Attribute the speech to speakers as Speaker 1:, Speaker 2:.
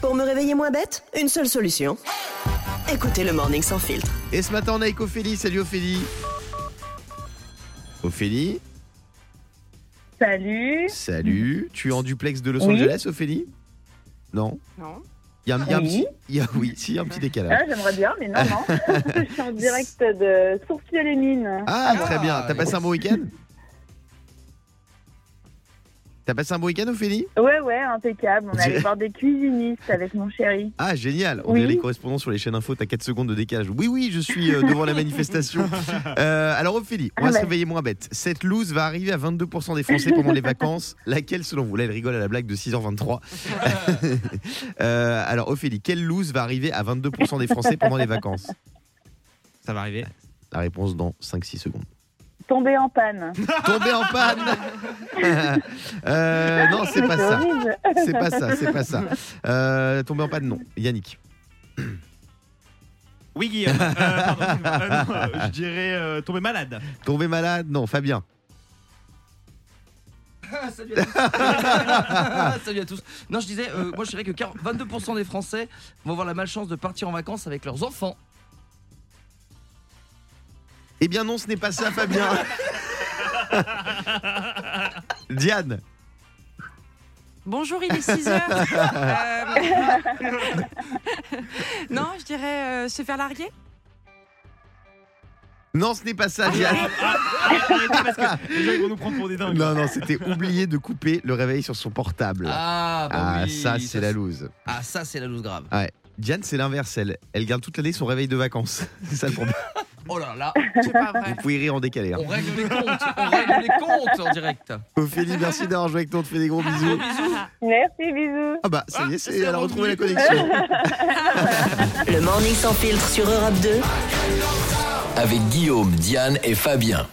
Speaker 1: Pour me réveiller moins bête, une seule solution. Écoutez le Morning Sans Filtre.
Speaker 2: Et ce matin, on est avec Ophélie. Salut Ophélie. Ophélie,
Speaker 3: Salut.
Speaker 2: salut. Tu es en duplex de Los
Speaker 3: Oui.
Speaker 2: Angeles, Ophélie Non
Speaker 4: Non.
Speaker 2: Il y a, un- il y a un
Speaker 3: Oui.
Speaker 2: petit, il y a- oui, si, il y a un petit décalage.
Speaker 3: Ah, j'aimerais bien, mais non, non. je suis en direct de Sourcils les Mines.
Speaker 2: Ah,
Speaker 4: Ah,
Speaker 2: très bien. T'as
Speaker 4: oui.
Speaker 2: passé un bon week-end T'as passé un bon week-end, Ophélie
Speaker 3: Ouais, ouais, impeccable. On est allé
Speaker 2: Je-
Speaker 3: voir des cuisinistes avec mon chéri.
Speaker 2: Ah, génial. On
Speaker 3: Oui.
Speaker 2: dirait les correspondants sur les chaînes info. T'as 4 secondes de décalage. Oui, oui, je suis euh, devant la manifestation. Euh, alors, Ophélie, on va
Speaker 3: Ah,
Speaker 2: se
Speaker 3: bah.
Speaker 2: réveiller moins bête. Cette loose va arriver à 22% des Français pendant les vacances. Laquelle, selon vous Là, elle rigole à la blague de 6h23. Euh, alors, Ophélie, quelle loose va arriver à 22% des Français pendant les vacances
Speaker 4: Ça va arriver.
Speaker 2: La réponse dans 5-6 secondes.
Speaker 3: Tombé en panne.
Speaker 2: Tomber en panne Euh, Non, c'est pas ça.
Speaker 3: horrible.
Speaker 2: C'est pas ça, c'est pas ça. Euh, tomber en panne, non. Yannick.
Speaker 5: Oui, Guillaume. Euh, pardon, excuse-moi. Euh, non, euh, je dirais euh, tomber malade.
Speaker 2: Tomber malade, non. Fabien.
Speaker 4: Ah, Salut à tous. Salut à tous. Non, je disais, euh, moi je dirais que 40 22% des Français vont avoir la malchance de partir en vacances avec leurs enfants.
Speaker 2: Eh bien non, ce n'est pas ça, Fabien. Diane,
Speaker 6: Bonjour, il est 6 heures. Euh, non, je dirais euh, se faire larguer.
Speaker 2: non, ce n'est pas ça, Diane.
Speaker 5: Arrêtez parce que les gens ils vont nous prendre pour des dingues.
Speaker 2: Ah, Non, non, c'était oublier de couper le réveil sur son portable.
Speaker 4: Ah, bah
Speaker 2: Ah,
Speaker 4: oui,
Speaker 2: ça, c'est la loose.
Speaker 4: Ah, ça, c'est la loose grave.
Speaker 2: Diane, c'est l'inverse, elle. Elle garde toute l'année son réveil de vacances. C'est ça le problème.
Speaker 4: Oh là là,
Speaker 6: C'est pas vrai.
Speaker 2: Vous pouvez rire en décalé. hein.
Speaker 4: on règle les comptes. On règle les comptes en direct.
Speaker 2: Ophélie, merci d'avoir joué avec nous. On te fait des gros Ah, bisous.
Speaker 3: Merci, bisous.
Speaker 2: Ah bah, ça y est, c'est-
Speaker 5: c'est
Speaker 2: elle a retrouvé la
Speaker 5: revenu.
Speaker 2: connexion.
Speaker 1: Le Morning Sans Filtre sur Europe 2.
Speaker 7: Avec Guillaume, Diane et Fabien.